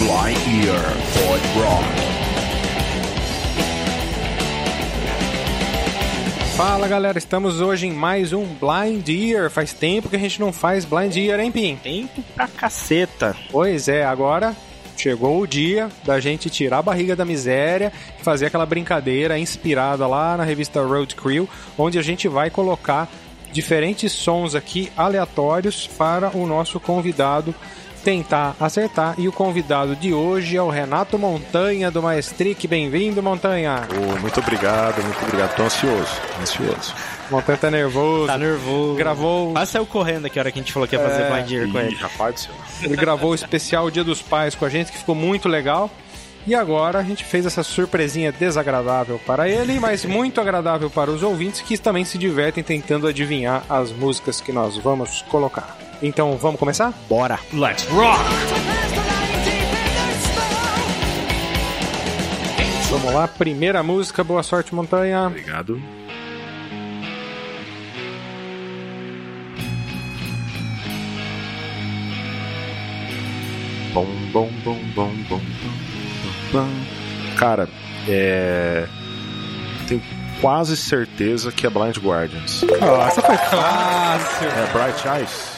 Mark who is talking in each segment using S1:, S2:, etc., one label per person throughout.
S1: my ear, Ford Rock.
S2: Fala galera, estamos hoje em mais um Blind Ear. Faz tempo que a gente não faz Blind Ear, hein, Pim?
S3: Tempo pra caceta.
S2: Pois é, agora chegou o dia da gente tirar a barriga da miséria e fazer aquela brincadeira inspirada lá na revista Road Crew, onde a gente vai colocar diferentes sons aqui aleatórios para o nosso convidado tentar acertar. E o convidado de hoje é o Renato Montanha do Maestric. Bem-vindo, Montanha.
S4: Ô, muito obrigado, muito obrigado. Tô ansioso, ansioso.
S2: Montanha tá nervoso.
S3: Tá É. nervoso.
S2: Gravou
S3: Quase saiu correndo aqui a hora que a gente falou que ia fazer blind ear com
S4: Ih,
S3: ele.
S4: rapaz do céu.
S2: Ele gravou o especial Dia dos Pais com a gente, que ficou muito legal. E agora a gente fez essa surpresinha desagradável para ele, mas muito agradável para os ouvintes que também se divertem tentando adivinhar as músicas que nós vamos colocar. Então vamos começar?
S3: Bora.
S2: Vamos lá, primeira música, boa sorte, montanha.
S4: Obrigado. Bom, bom, bom, bom, bom, bom, bom, bom. Cara, é. Tenho quase certeza que é Blind Guardians.
S2: Nossa, foi fácil.
S4: É Bright Eyes?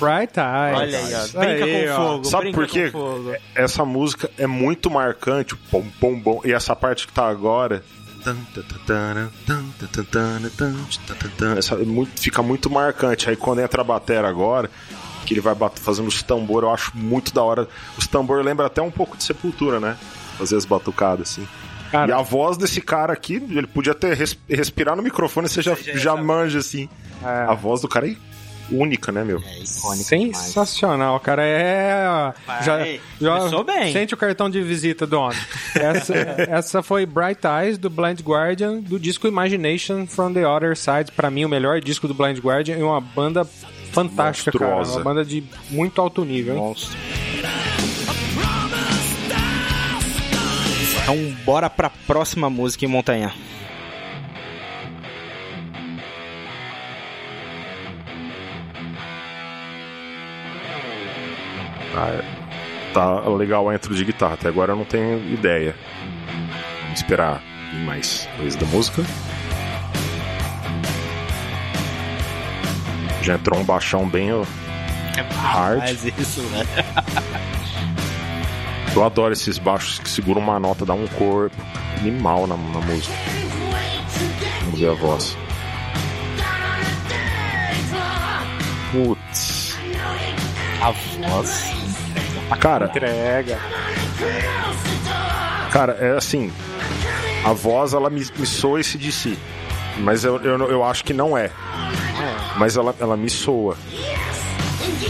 S2: Bright Eyes.
S3: Olha aí, ó. Brinca
S2: Aí,
S3: com
S2: ó.
S3: fogo.
S4: Sabe
S3: brinca
S4: por quê?
S3: Com fogo.
S4: Essa música é muito marcante, o pom pom bom, e essa parte que tá agora essa é muito- fica muito marcante. Aí quando entra a batera agora, que ele vai bat- fazendo os tambor, eu acho muito da hora. Os tambor lembra até um pouco de sepultura, né? Fazer as batucadas assim.
S2: Cara.
S4: e a voz desse cara aqui, ele podia ter res- respirar no microfone, você já, já, manja assim. A voz do cara é única, né, meu?
S2: Sensacional, cara. É.
S3: Vai,
S2: Já, já
S3: começou bem.
S2: Sente o cartão de visita, Don. Essa, essa foi Bright Eyes do Blind Guardian, do disco Imagination from the Other Side. Pra mim, o melhor disco do Blind Guardian e uma banda fantástica,
S4: Monstruosa.
S2: cara. Uma banda de muito alto nível. hein?
S4: Monstro.
S3: Então bora pra próxima música em Montanha.
S4: Ah, Tá legal a intro de guitarra, até agora eu não tenho ideia. Vamos esperar mais coisa da música. Já entrou um baixão bem ó, hard.
S3: Faz isso, né?
S4: Eu adoro esses baixos que seguram uma nota, dá um corpo animal na, na música. Vamos ver a voz. Putz.
S3: A voz.
S4: Cara,
S2: Entrega.
S4: Cara, é assim. A voz, ela me, me soa esse de si. Mas eu, eu, não- eu acho que não é. Mas ela, ela me soa.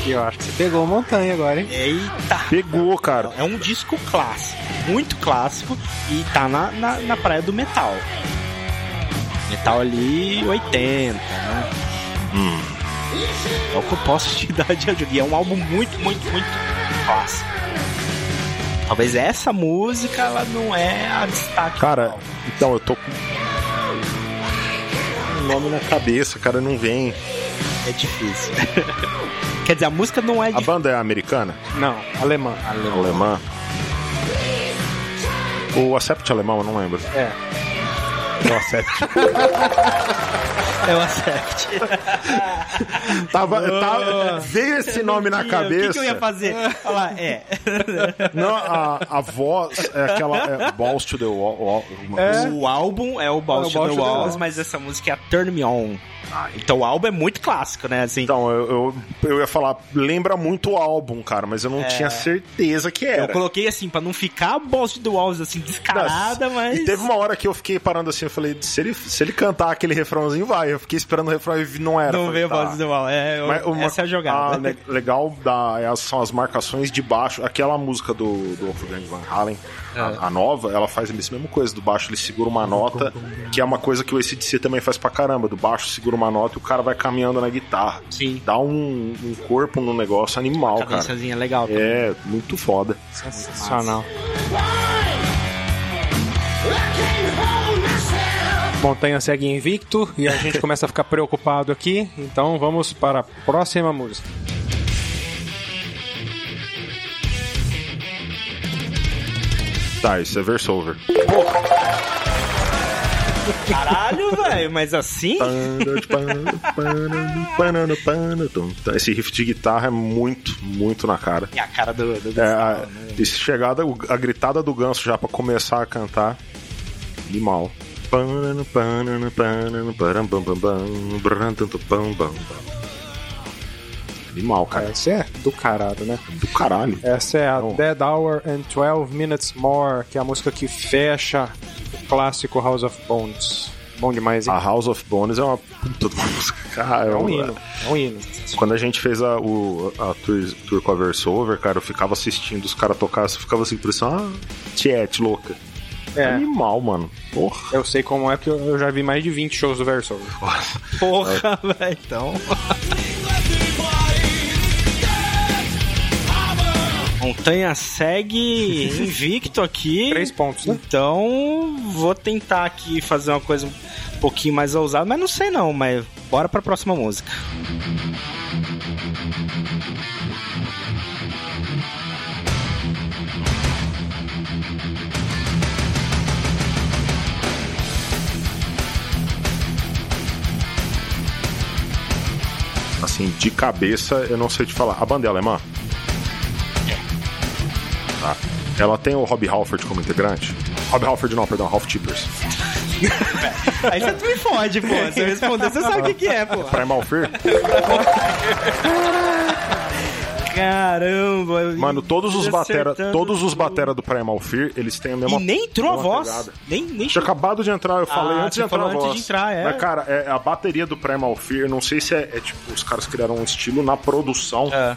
S2: E eu acho que você pegou montanha agora, hein?
S3: Eita!
S4: Pegou, cara.
S3: É um disco clássico, muito clássico, e tá na, na, na praia do metal. Metal ali 80, né?
S4: Hum.
S3: É o que eu posso te dar de ajuda. E é um álbum muito, muito, muito clássico. Talvez essa música ela não é a destaque.
S4: Cara, então eu tô com. um nome na cabeça, cara, não vem.
S3: É difícil. Quer dizer, a música não é
S4: A
S3: difícil.
S4: banda é americana?
S2: Não, alemã.
S4: Alemã? O Acept alemão, eu não lembro.
S2: É.
S4: O Acept.
S3: Eu acerto.
S4: tava, tava- veio esse nome na cabeça.
S3: O que, que eu ia fazer? Olha lá, é.
S4: Não, a, a voz é aquela. É, Balls to the Wall. wall uma coisa.
S3: O álbum é
S2: É
S3: o
S2: o
S3: Balls to
S2: Balls
S3: the
S2: to the
S3: Walls,
S2: Walls.
S3: mas essa música é a Turn Me On. Então o álbum é muito clássico, né? Assim,
S4: Então, eu, eu, eu ia falar, lembra muito o álbum, cara, mas eu não tinha certeza que era.
S3: É. eu coloquei assim, pra não ficar Balls to the Walls, assim, descarada,
S4: Não,
S3: mas...
S4: E teve uma hora que eu fiquei parando assim, eu falei, se ele, se ele cantar aquele refrãozinho, vai. Eu fiquei esperando o refrão e não era. Eu
S3: Não
S4: falei,
S3: veio
S4: tá.
S3: Balls to the Walls, é, eu-
S4: Mas uma-
S3: essa é a
S4: ah,
S3: jogada.
S4: le- legal da, é, são as marcações de baixo. Aquela música do, do Wolfgang Van Halen, a, a nova, ela faz a mesma coisa. Do baixo ele segura uma nota, que é uma coisa que o ACDC também faz pra caramba. Do baixo segura uma nota e o cara vai caminhando na guitarra.
S3: Sim.
S4: Dá um, um corpo no negócio animal,
S3: A
S4: cara.
S3: cabeçazinha legal.
S4: É, muito foda.
S2: Sensacional. Montanha segue invicto e a gente começa a ficar preocupado aqui, então vamos para a próxima música.
S4: Tá, isso é Versover.
S3: Caralho, velho, mas assim?
S4: Tá. Esse riff de guitarra é muito, muito na cara.
S3: E a cara do. do
S4: É, a, e se chegada, o- a gritada do ganso já pra começar a cantar, de mal. Animal, cara.
S2: Essa é do caralho, né?
S4: Do caralho.
S2: Essa é a
S4: Não.
S2: Dead Hour and 12 Minutes More, que é a música que fecha o clássico House of Bones. Ah, Bom demais, hein?
S4: A House of Bones é uma puta de uma música. Cara,
S2: é
S4: eu-
S2: um hino, é um hino.
S4: Quando a gente fez a, o, a tour, tour com a Versover, cara, eu ficava assistindo os caras tocar, eu ficava assim, por isso, ah, tiete louca.
S2: É,
S4: Animal, mano. Porra.
S2: eu sei como é, porque eu eu já vi mais de 20 shows do Versover.
S3: Porra,
S4: É.
S3: velho, então. Montanha segue invicto aqui.
S2: Três pontos, né?
S3: Então, vou tentar aqui fazer uma coisa um pouquinho mais ousada, mas não sei não, mas bora pra próxima música.
S4: Assim, de cabeça, eu não sei te falar. A banda é alemã? Tá. Ela tem o Rob Halford como integrante? Rob Halford não, perdão, Ralph Tippers.
S3: Aí você me fode, pô. Se eu responder, você sabe o que, que é, pô.
S4: Primal Fear?
S3: Caramba.
S4: Mano, todos os batera,
S3: Acertando
S4: todos os
S3: tudo.
S4: batera do Primal Fear, eles têm a
S3: E
S4: mesma
S3: nem entrou a
S4: mesma
S3: voz.
S4: pegada.
S3: Nem, nem
S4: Tinha acabado de entrar, eu falei antes de
S3: Ah, você
S4: entrar
S3: falou
S4: a
S3: antes
S4: voz.
S3: de entrar, é.
S4: Mas, cara, é, a bateria do Primal Fear, eu não sei se é, é, tipo, os caras criaram um estilo na produção
S3: É.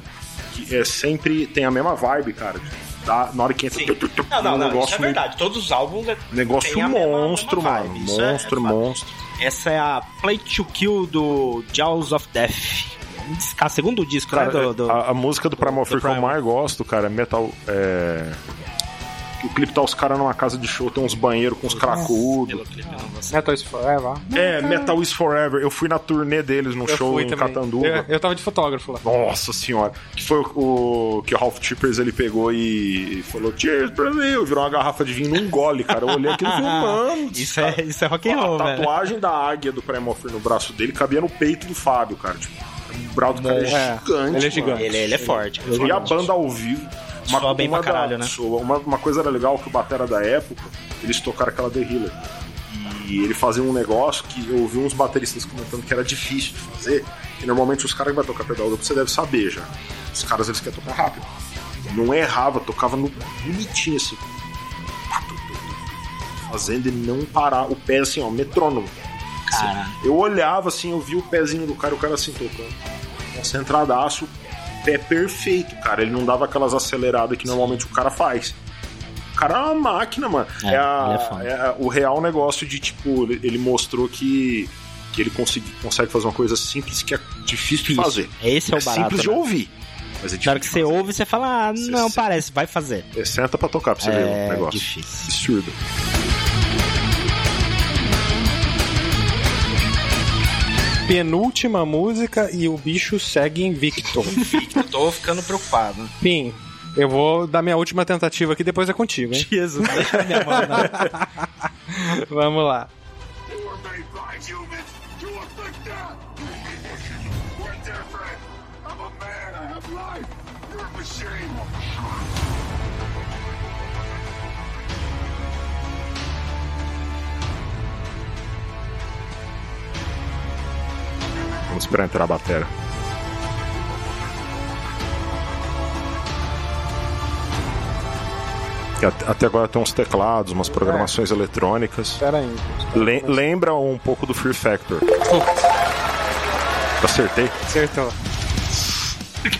S4: que é sempre tem a mesma vibe, cara. Dá- na hora que entra.
S3: Sim.
S4: tu, tu, tu,
S3: Não, não,
S4: um
S3: não,
S4: negócio
S3: isso é
S4: meio-
S3: verdade. Todos os álbuns é
S4: Negócio
S3: tem a mesma-
S4: monstro,
S3: mesma
S4: mano.
S3: vibe, isso é-
S4: Monstro,
S3: é fato.
S4: monstro.
S3: Essa é a Play to Kill do Jaws of Death. Um disca- segundo disco,
S4: Cara, é,
S3: né? Do, do-
S4: a, a música do Primal Fear que eu
S3: Primal.
S4: mais gosto, cara, é metal. É... O clipe tá os caras numa casa de show, tem uns banheiros com uns cracudos.
S3: Pelo clipe, eu não vou saber.
S2: Metal is Forever.
S4: É, Metal is Forever. Eu fui na turnê deles num show em Catanduva.
S2: Eu, eu tava de fotógrafo lá.
S4: Nossa senhora. Que foi o, o que o Ralph Tippers ele pegou e falou: Cheers, Brasil! Virou uma garrafa de vinho num gole, cara. Eu olhei aquilo e falei: Mano,
S3: Isso é, isso é rock and
S4: a
S3: roll, velho.
S4: tatuagem da águia do Premoffer no braço dele cabia no peito do Fábio, cara. Tipo, o brau do cara é,
S2: É,
S4: gigante.
S2: ele é
S4: mano.
S2: gigante.
S3: Ele, ele é forte. ele é
S4: E a
S3: forte.
S4: banda ao vivo.
S3: Soa bem pra
S4: da-
S3: caralho, né?
S4: soa. Uma, uma coisa era legal que o Batera da época, eles tocaram aquela The Healer. E ele fazia um negócio que eu ouvi uns bateristas comentando que era difícil de fazer. Que normalmente os caras que vai tocar pedal duplo, você deve saber já. Os caras eles querem tocar rápido. Não errava, tocava no bonitinho assim. Fazendo ele não parar. O pé assim, ó, metrônomo.
S3: Caralho.
S4: Eu olhava assim, eu vi o pezinho do cara, o cara assim tocando. Concentradaço, pé perfeito, cara. Ele não dava aquelas aceleradas que normalmente o cara faz. O cara é uma máquina, mano.
S3: É,
S4: É,
S3: ele é
S4: a,
S3: foda.
S4: é a- o real negócio de, tipo, ele, ele mostrou que, que ele consegui, consegue fazer uma coisa simples que é difícil de
S3: Difícil.
S4: fazer.
S3: Esse é o barato.
S4: simples de
S3: né?
S4: ouvir. Mas é
S3: Na hora que
S4: difícil de
S3: você
S4: fazer.
S3: ouve, você fala, ah,
S4: Você-
S3: não,
S4: você-
S3: parece, vai fazer.
S4: É, Senta pra tocar pra você ver
S3: é
S4: o negócio.
S3: difícil.
S4: Absurdo.
S2: Penúltima música e o bicho segue invicto.
S3: Eu tô ficando preocupado.
S2: Pim, eu vou dar minha última tentativa aqui, depois é contigo, hein?
S3: Jesus, deixa minha mão. não.
S2: Vamos lá.
S4: Vamos esperar entrar a batera. E at- Até agora tem uns teclados, umas programações eletrônicas.
S2: Pera aí.
S4: Lem- lembra um pouco do Fear Factor. Acertei.
S2: Acertou.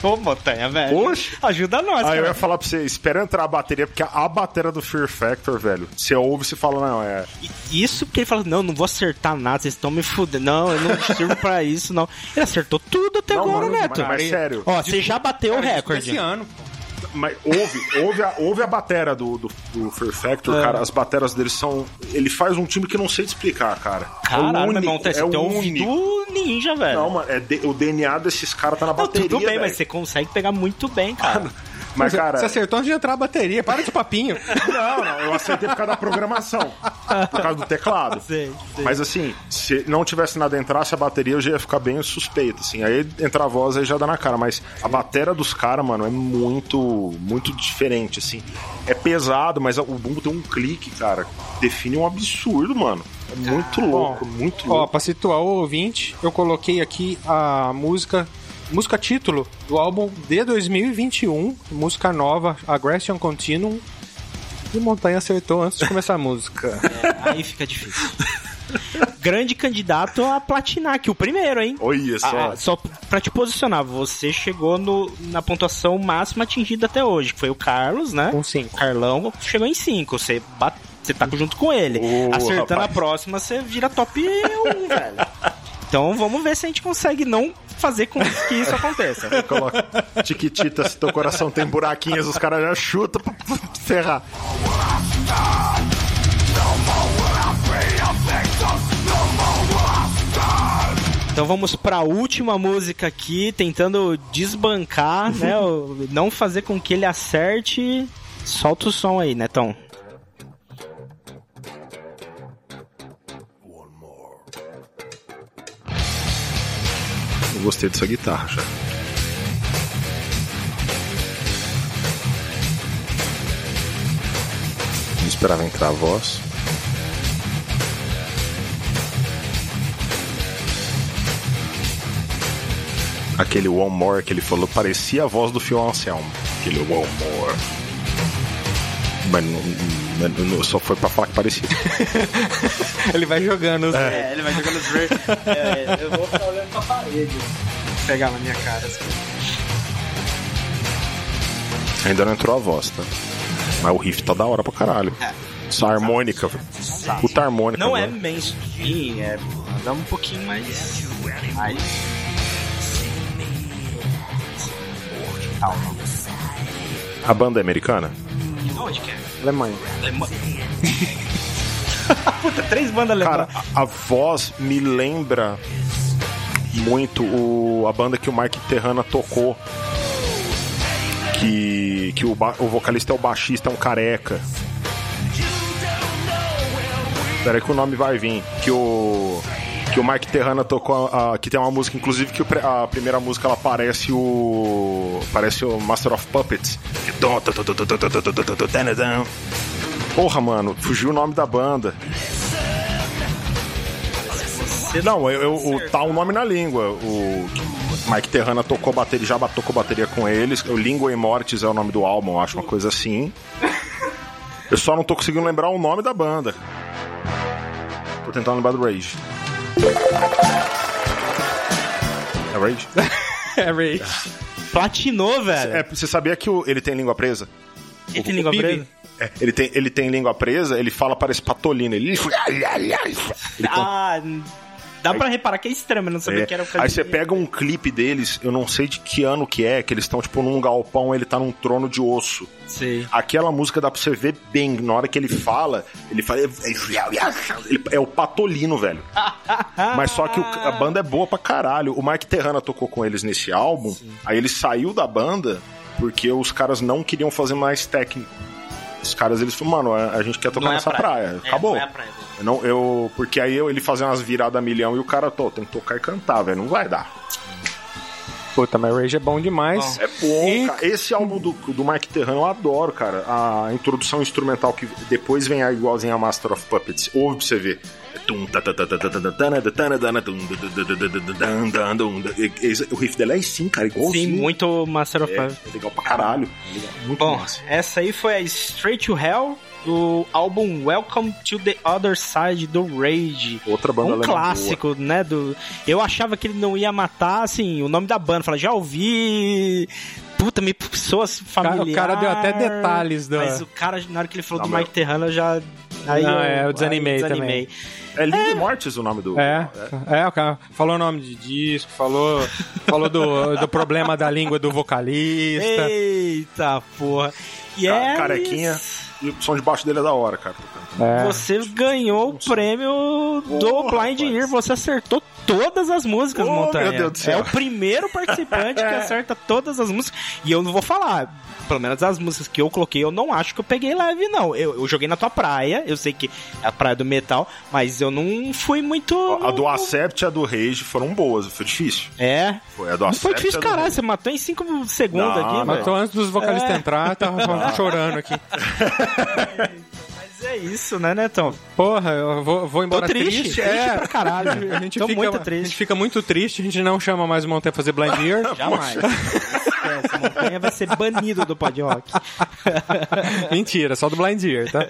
S3: Ô, Montanha, velho.
S4: Oxe.
S3: Ajuda nós,
S4: Ah,
S3: cara.
S4: eu ia falar pra você, espera entrar a bateria, porque a, a bateria do Fear Factor, velho, você ouve e você fala, não, é.
S3: E Isso porque ele falou, não, não vou acertar nada, vocês estão me fudendo. Não, eu não sirvo pra isso, não. Ele acertou tudo até
S4: Não,
S3: agora,
S4: mano,
S3: Neto.
S4: mas- mas sério.
S3: Ó, você já bateu o
S2: Esse
S4: assim,
S3: recorde.
S2: ano.
S4: Mas ouve, ouve, a, ouve a batera do, do, do Fear
S3: É.
S4: Factor, cara. As bateras dele são. Ele faz um time que eu não sei te explicar, cara. é o
S3: Caralho, meu
S4: único,
S3: irmão, tá-
S4: é
S3: você tem
S4: o único.
S3: ouvido ninja, velho.
S4: é Não, mano, é de- o DNA desses caras tá na
S3: Não,
S4: bateria.
S3: tudo bem,
S4: velho. Ah,
S3: mas você consegue pegar muito bem, cara.
S4: Mas,
S2: Você-
S4: cara.
S2: Você acertou antes de entrar a bateria, para de papinho.
S4: Não, não, eu acertei por causa da programação. Por causa do teclado.
S3: Sei, sei.
S4: Mas assim, se não tivesse nada entrasse a bateria, eu já ia ficar bem suspeito, assim. Aí entra a voz aí já dá na cara, mas a bateria dos caras, mano, é muito muito diferente, assim. É pesado, mas o bumbo tem um clique, cara. Define um absurdo, mano. É muito louco, muito
S2: Ó,
S4: louco.
S2: pra situar o ouvinte, eu coloquei aqui a música, música título do álbum de 2021, música nova, Aggression Continuum. E Montanha acertou antes de começar a música.
S3: Aí fica difícil. Grande candidato a platinar aqui, o primeiro, hein?
S4: Olha só.
S3: Ah, ah, só pra te posicionar, você chegou no, na pontuação máxima atingida até hoje, que foi o Carlos, né?
S2: Com cinco.
S3: Carlão chegou em 5, você bate- Você tá junto com ele.
S4: Ô,
S3: Acertando
S4: rapaz.
S3: a próxima, você vira top 1, velho. Então vamos ver se a gente consegue não fazer com que isso aconteça.
S4: Coloca Tiquitita, se teu coração tem buraquinhos, os caras já chutam pra ferrar.
S3: Então vamos pra última música aqui, tentando desbancar, né? o- não fazer com que ele acerte. Solta o som aí, Netão.
S4: Eu gostei dessa guitarra já. Não esperava entrar a voz. Aquele One More que ele falou parecia a voz do Phil Anselmo. Aquele One More. Mas não, mas não- só foi pra falar que parecia.
S2: Ele vai jogando. os-
S3: É, ele vai jogando os verdes. eu vou ficar olhando pra parede. Pegar na minha cara. assim.
S4: Ainda não entrou a voz, tá? Mas o riff tá da hora pra caralho. Essa harmônica, velho. Puta harmônica.
S3: Não é
S4: mano.
S3: mainstream, é. Dá um pouquinho mais. mais... Calma.
S4: A banda é americana?
S3: Onde que é?
S2: Alemanha.
S3: Alema- Puta, três bandas
S4: Cara,
S3: alemãs.
S4: a, a voz me lembra muito o, a banda que o Mike Terrana tocou. Que, que o, ba- o vocalista é o baixista, é um careca. Peraí que o nome vai vir. Que o. Que o Mike Terrana tocou. a- a- que tem uma música, inclusive, que o pre- a primeira música ela parece o. Parece o Master of Puppets. Porra, mano, fugiu o nome da banda. Não, eu, eu- o, tá o nome na língua. O Mike Terrana tocou bateria, já tocou bateria com eles. O Língua e Mortis é o nome do álbum, eu acho, uma coisa assim. Eu só não tô conseguindo lembrar o nome da banda. Tô tentando lembrar do Rage. É Rage?
S2: É Rage.
S3: Platinou, velho.
S4: É, você sabia que o- ele tem língua presa?
S3: Quem tem língua
S2: Bibi.
S3: presa?
S4: É, ele, tem, ele tem língua presa, ele fala para espatolina. Ele. ele
S3: Ah, dá pra reparar que é estranho, mas não sabia
S4: É.
S3: que era o
S4: Aí você pega um clipe deles, eu não sei de que ano que é, que eles estão tipo num galpão, ele tá num trono de osso.
S3: Sei.
S4: Aquela música dá pra você ver bem, na hora que ele fala, ele fala. ele- é o Patolino, velho. Mas só que o- a banda é boa pra caralho. O Mike Terrana tocou com eles nesse álbum, aí ele saiu da banda porque os caras não queriam fazer mais técnico. Os caras, eles falaram, mano, a, a gente quer tocar
S3: Não é a
S4: nessa praia.
S3: praia. É,
S4: Acabou.
S3: não é a praia.
S4: Eu não, eu, porque aí eu, ele fazia umas viradas milhão e o cara, tô, tem que tocar e cantar, velho. Não vai dar.
S2: Puta, mas Rage é bom demais.
S4: É bom,
S2: E-
S4: cara. Esse álbum do, do Mike Terran eu adoro, cara. A introdução instrumental que depois vem a igualzinha a Master of Puppets. Ouve pra você ver. Tum, tá, tá, tá, tá, tá, tá, tá, tá, tá, tá, tá, tá, tum, tá, tá, tá, tá, tá, tá, tá, tá, tum, tá. E- esse- O riff dela é sim, cara,
S3: Sim,
S4: igualzinho.
S3: muito Master of
S4: É,
S3: Puppets.
S4: é legal pra caralho. Muito
S3: Bom,
S4: massa.
S3: essa aí foi a Straight to Hell do álbum Welcome to the Other Side do Rage.
S4: Outra banda
S3: Um
S4: alemã
S3: clássico, né? Do... Eu achava que ele não ia matar, assim, o nome da banda. Falei, já ouvi. Puta, me pessoas
S2: cara-
S3: familiares.
S2: o cara deu até detalhes da-
S3: Mas o cara, na hora que ele falou
S4: Não,
S3: do
S4: mas-
S3: Mike Terrano, eu já. Aí
S2: é. Não,
S3: eu,
S2: é, eu
S3: aí
S2: desanimei também.
S4: boa. É Live Mortis o nome do.
S2: É, é, o cara falou o nome de disco, falou, falou do, do problema da língua do vocalista.
S3: Eita porra. E
S4: Ca-
S3: é.
S4: Tá, carequinha. E o som de baixo dele é da hora, cara.
S2: É.
S3: Você ganhou o prêmio do
S4: Porra,
S3: Blind
S4: rapaz.
S3: Ear, você acertou todas as músicas,
S4: Oh,
S3: Montanha.
S4: meu Deus do céu.
S3: É o primeiro participante que acerta todas as músicas. E eu não vou falar, pelo menos as músicas que eu coloquei, eu não acho que eu peguei leve, não. Eu, eu joguei na tua praia, eu sei que é a praia do metal, mas eu não fui muito.
S4: A do Acept e a do Rage foram boas, foi difícil.
S3: É.
S4: Foi a do
S3: Não
S4: Acept.
S3: foi difícil,
S4: e a do
S3: caralho.
S4: Rage.
S3: Você matou em 5 segundos
S4: Não,
S3: aqui,
S4: mas
S3: velho.
S2: Matou antes dos vocalistas
S3: É.
S2: entrar, tava chorando aqui.
S3: Mas é isso, né, Netão?
S2: Porra, eu vou, vou
S3: Tô
S2: embora
S3: triste, triste
S2: É,
S3: pra caralho.
S2: a gente,
S3: Tô
S2: fica,
S3: muito
S2: a
S3: triste.
S2: gente fica muito triste, a gente não chama mais o Montanha pra fazer Blind Year.
S3: Jamais. Esquece, Montanha vai ser banido do Pod Rock.
S2: Mentira, só do Blind Year, tá?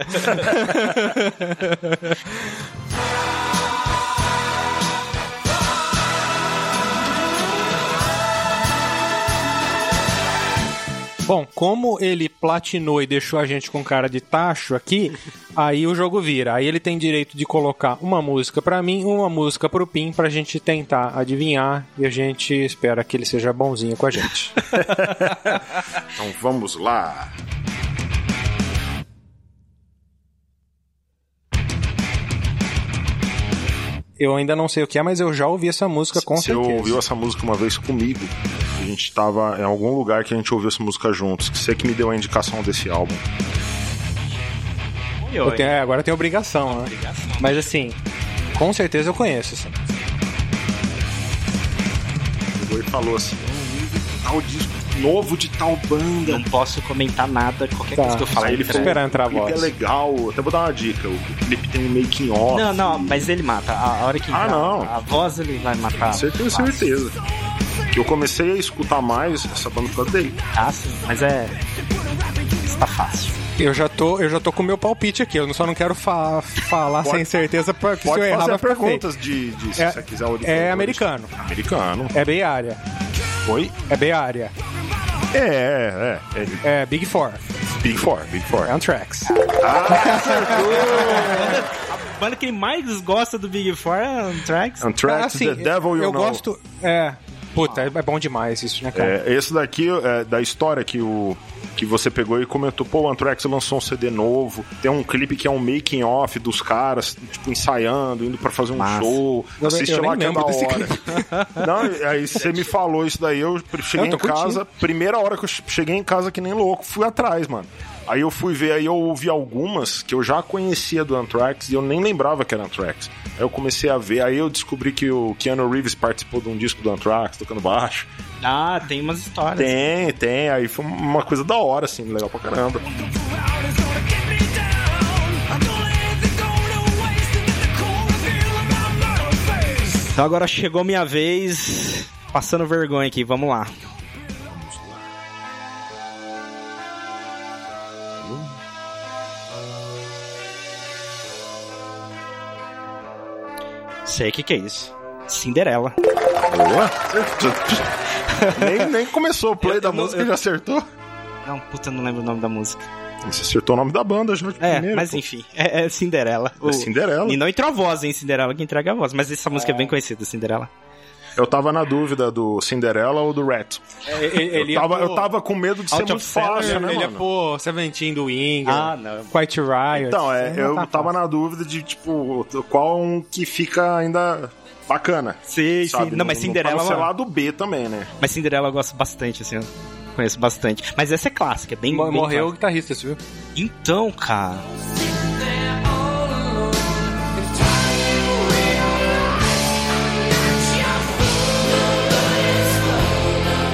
S2: Bom, como ele platinou e deixou a gente com cara de tacho aqui, aí o jogo vira. Aí ele tem direito de colocar uma música pra mim, uma música pro Pim, pra gente tentar adivinhar e a gente espera que ele seja bonzinho com a gente.
S4: Então vamos lá.
S2: Eu ainda não sei o que é, mas eu já ouvi essa música com
S4: Você
S2: certeza.
S4: ouviu essa música uma vez comigo. A gente tava em algum lugar que a gente ouviu essa música juntos. que Você que me deu a indicação desse álbum.
S2: Eu tenho- é, agora tem obrigação, né? Mas assim, com certeza eu conheço. assim.
S4: Chegou e falou assim: "Hum, tal disco novo de tal banda.
S3: Não posso comentar nada, qualquer
S2: Tá.
S3: coisa que eu falar,
S4: Aí
S3: ele
S4: ele
S2: Vou
S4: falou,
S3: fala.
S2: esperar entrar a
S4: o clipe é
S2: voz.
S4: legal. Até vou dar uma dica. O clipe tem um making off.
S3: Não, não, mas ele mata. A a hora que
S4: Ah,
S3: entrar
S4: não.
S3: a voz ele vai matar.
S4: Isso eu tenho
S3: Fácil.
S4: certeza. Que eu comecei a escutar mais essa banda por causa dele.
S3: Ah, sim, mas é. Está fácil.
S2: Eu já tô, eu já tô com o meu palpite aqui. Eu só não quero fa- falar
S4: Pode-
S2: sem certeza porque se
S4: Pode
S2: eu
S4: fazer
S2: errar vai ficar feio.
S4: perguntas de, de- se
S2: É-
S4: você quiser. o-
S2: é americano.
S4: Americano.
S2: É Bay Area.
S4: Foi?
S2: É Bay Area.
S4: É, é, é. é.
S2: É Big Four.
S4: Big Four, Big Four.
S2: É Anthrax.
S3: A banda que mais gosta do Big Four é Anthrax.
S4: Anthrax,
S2: Assim,
S4: The Devil You
S2: eu
S4: Know.
S2: gosto. É. Puta, é bom demais isso, né, cara?
S4: É, esse daqui é da história que o que você pegou e comentou, pô, o Anthrax lançou um CD novo, tem um clipe que é um making off dos caras, tipo, ensaiando, indo pra fazer um
S3: Massa.
S4: show,
S2: Eu-
S4: assiste
S2: eu nem
S4: lá que é
S2: lembro
S4: da
S2: desse
S4: hora. Não, aí você me falou isso daí, eu cheguei
S2: Eu tô
S4: em casa,
S2: curtindo.
S4: primeira hora que eu cheguei em casa que nem louco, fui atrás, mano. Aí eu fui ver, aí eu ouvi algumas que eu já conhecia do Anthrax e eu nem lembrava que era Anthrax. Aí eu comecei a ver, aí eu descobri que o Keanu Reeves participou de um disco do Anthrax, tocando baixo.
S3: Ah, tem umas histórias.
S4: Tem, tem. Aí foi uma coisa da hora, assim, legal pra caramba.
S3: Então agora chegou minha vez. Passando vergonha aqui, vamos lá. Sei o que, que é isso. Cinderela.
S4: Boa. nem, nem começou o play
S3: Eu-
S4: da
S3: eu não-
S4: música,
S3: eu-
S4: já acertou.
S3: Não, É um puta, não lembro o nome da música.
S4: Você acertou o nome da banda já de
S3: É,
S4: primeiro.
S3: mas
S4: pô.
S3: enfim, é, é Cinderela. O-
S4: Cinderela.
S3: E não entrou a voz, hein? Cinderela que entrega a voz. Mas essa música é bem conhecida, Cinderela.
S4: Eu tava na dúvida do Cinderella ou do Rat. É. eu,
S2: é
S4: tava, eu tava com medo de ser
S3: Out
S4: muito
S3: of Cellar,
S4: fácil, né,
S2: Ele é
S4: mano?
S2: pô, Seventeen do Wing,
S3: Ah, não.
S2: Quite Riot.
S4: Então, é,
S2: Não
S4: eu
S2: tá
S4: tava
S2: fácil.
S4: na dúvida de, tipo, qual um que fica ainda bacana.
S3: Sim,
S4: sabe?
S3: sim. Não, mas Cinderela. é
S4: Pra não ser lá do B também, né?
S3: Mas Cinderela eu gosto bastante, assim. eu Conheço bastante. Mas essa é clássica, é bem.
S2: Mo-
S3: bem
S2: Morreu o
S3: clássica.
S2: guitarrista, você viu?
S3: Então, cara.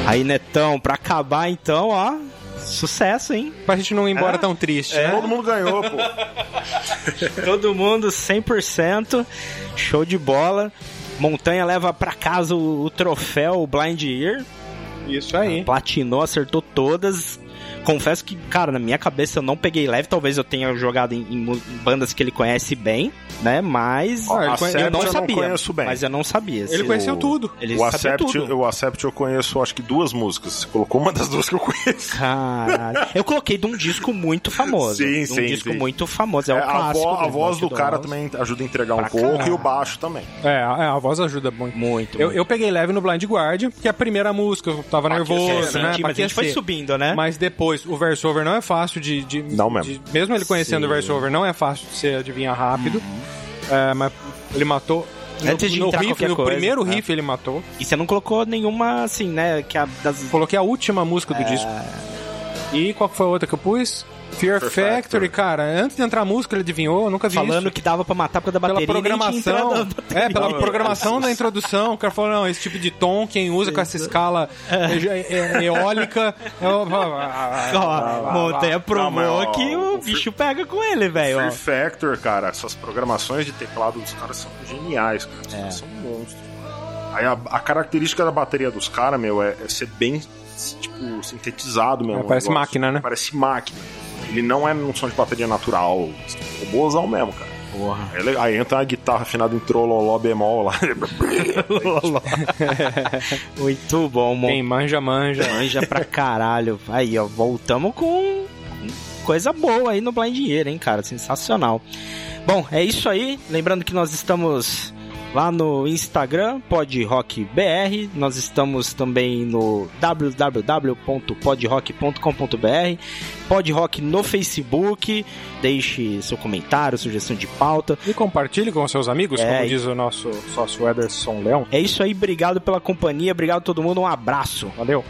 S3: Aí, Netão, pra acabar então, ó. Sucesso, hein?
S2: Pra gente não ir embora
S3: É?
S2: tão triste, né?
S4: Todo mundo ganhou, pô.
S3: Todo mundo 100%, show de bola. Montanha leva pra casa o, o troféu o Blind Ear.
S2: Isso aí.
S3: Platinou, acertou todas. Confesso que, cara, na minha cabeça eu não peguei leve. Talvez eu tenha jogado em, em mu- em bandas que ele conhece bem, né? Mas
S2: Ó, ele
S4: A
S2: conhe-
S4: Sept
S3: eu não
S4: eu
S3: sabia.
S4: não conheço bem.
S3: Mas eu não sabia.
S2: Ele
S3: se-
S2: conheceu tudo.
S3: Ele
S4: o
S3: sabia
S4: Acept,
S3: tudo.
S4: o Acept eu conheço acho que duas músicas. Você colocou uma das duas que eu conheço.
S3: Caralho. Eu coloquei de um disco muito famoso.
S4: Sim,
S3: de um
S4: sim,
S3: disco
S4: sim.
S3: muito famoso. É, o
S4: É, a,
S3: clássico.
S4: vo- a
S3: mesmo,
S4: voz do
S3: Outdoors.
S4: cara também ajuda a entregar um
S3: Pra
S4: pouco
S3: caralho.
S4: e o baixo também.
S2: É, a, a voz ajuda muito.
S3: Muito.
S2: Eu, eu peguei leve no Blind Guardian, porque a primeira música eu tava nervoso, né?
S3: Mas a gente foi
S2: aquecer.
S3: subindo, né?
S2: Mas depois, o versover não é fácil de. de
S4: Não mesmo.
S2: de- mesmo ele conhecendo
S3: Sim. Uhum.
S2: o versover, não é fácil de se adivinhar rápido. É, mas ele matou
S3: Antes de
S2: no
S3: entrar
S2: riff,
S3: qualquer
S2: no
S3: coisa,
S2: primeiro
S3: né?
S2: riff ele matou.
S3: E você não colocou nenhuma, assim, né? Que a, das
S2: Coloquei a última música
S3: É.
S2: do disco. E qual que foi a outra que eu pus? Fear
S4: Fear
S2: Factory,
S4: Factory.
S2: cara. Antes de entrar a música, ele adivinhou, eu nunca vi
S3: falando
S2: isso.
S3: que dava pra matar por causa da
S2: Pela
S3: bateria. e nem tinha
S2: programação.
S3: entrado na bateria.
S2: É, pela programação da introdução. O cara falou: não, esse tipo de tom, quem usa com essa escala é- é- é- eólica. é o-
S3: Ó, Montanha provou
S4: Não, mas, ó,
S3: que o,
S4: o Free-
S3: bicho pega com ele, velho. É, ó.
S4: Free Factor, cara, essas programações de teclado dos caras são geniais, cara.
S3: É.
S4: Os caras são monstros. Aí a, a característica da bateria dos caras, meu, é, é ser bem, tipo, sintetizado mesmo.
S2: É, parece
S4: Eu gosto.
S2: máquina, né?
S4: Parece máquina. Ele não é um som de bateria natural. É bozão mesmo, cara.
S3: Porra.
S4: Aí, ele- aí entra uma guitarra afinada em trololó bemol lá.
S3: Muito bom,
S2: Quem manja,
S3: Montanha.
S2: manja.
S3: Manja pra caralho. Aí, ó, voltamos com coisa boa aí no Blind Year, hein, cara? Sensacional. Bom, é isso aí. Lembrando que nós estamos lá no Instagram, podrockbr. Nós estamos também no www.podrock.com.br. Podrock no Facebook. Deixe seu comentário, sugestão de pauta.
S2: E compartilhe com seus amigos,
S3: É,
S2: como
S3: e-
S2: diz o nosso sócio Ederson Leão.
S3: Então, É isso aí. Obrigado pela companhia. Obrigado a todo mundo. Um abraço.
S2: Valeu.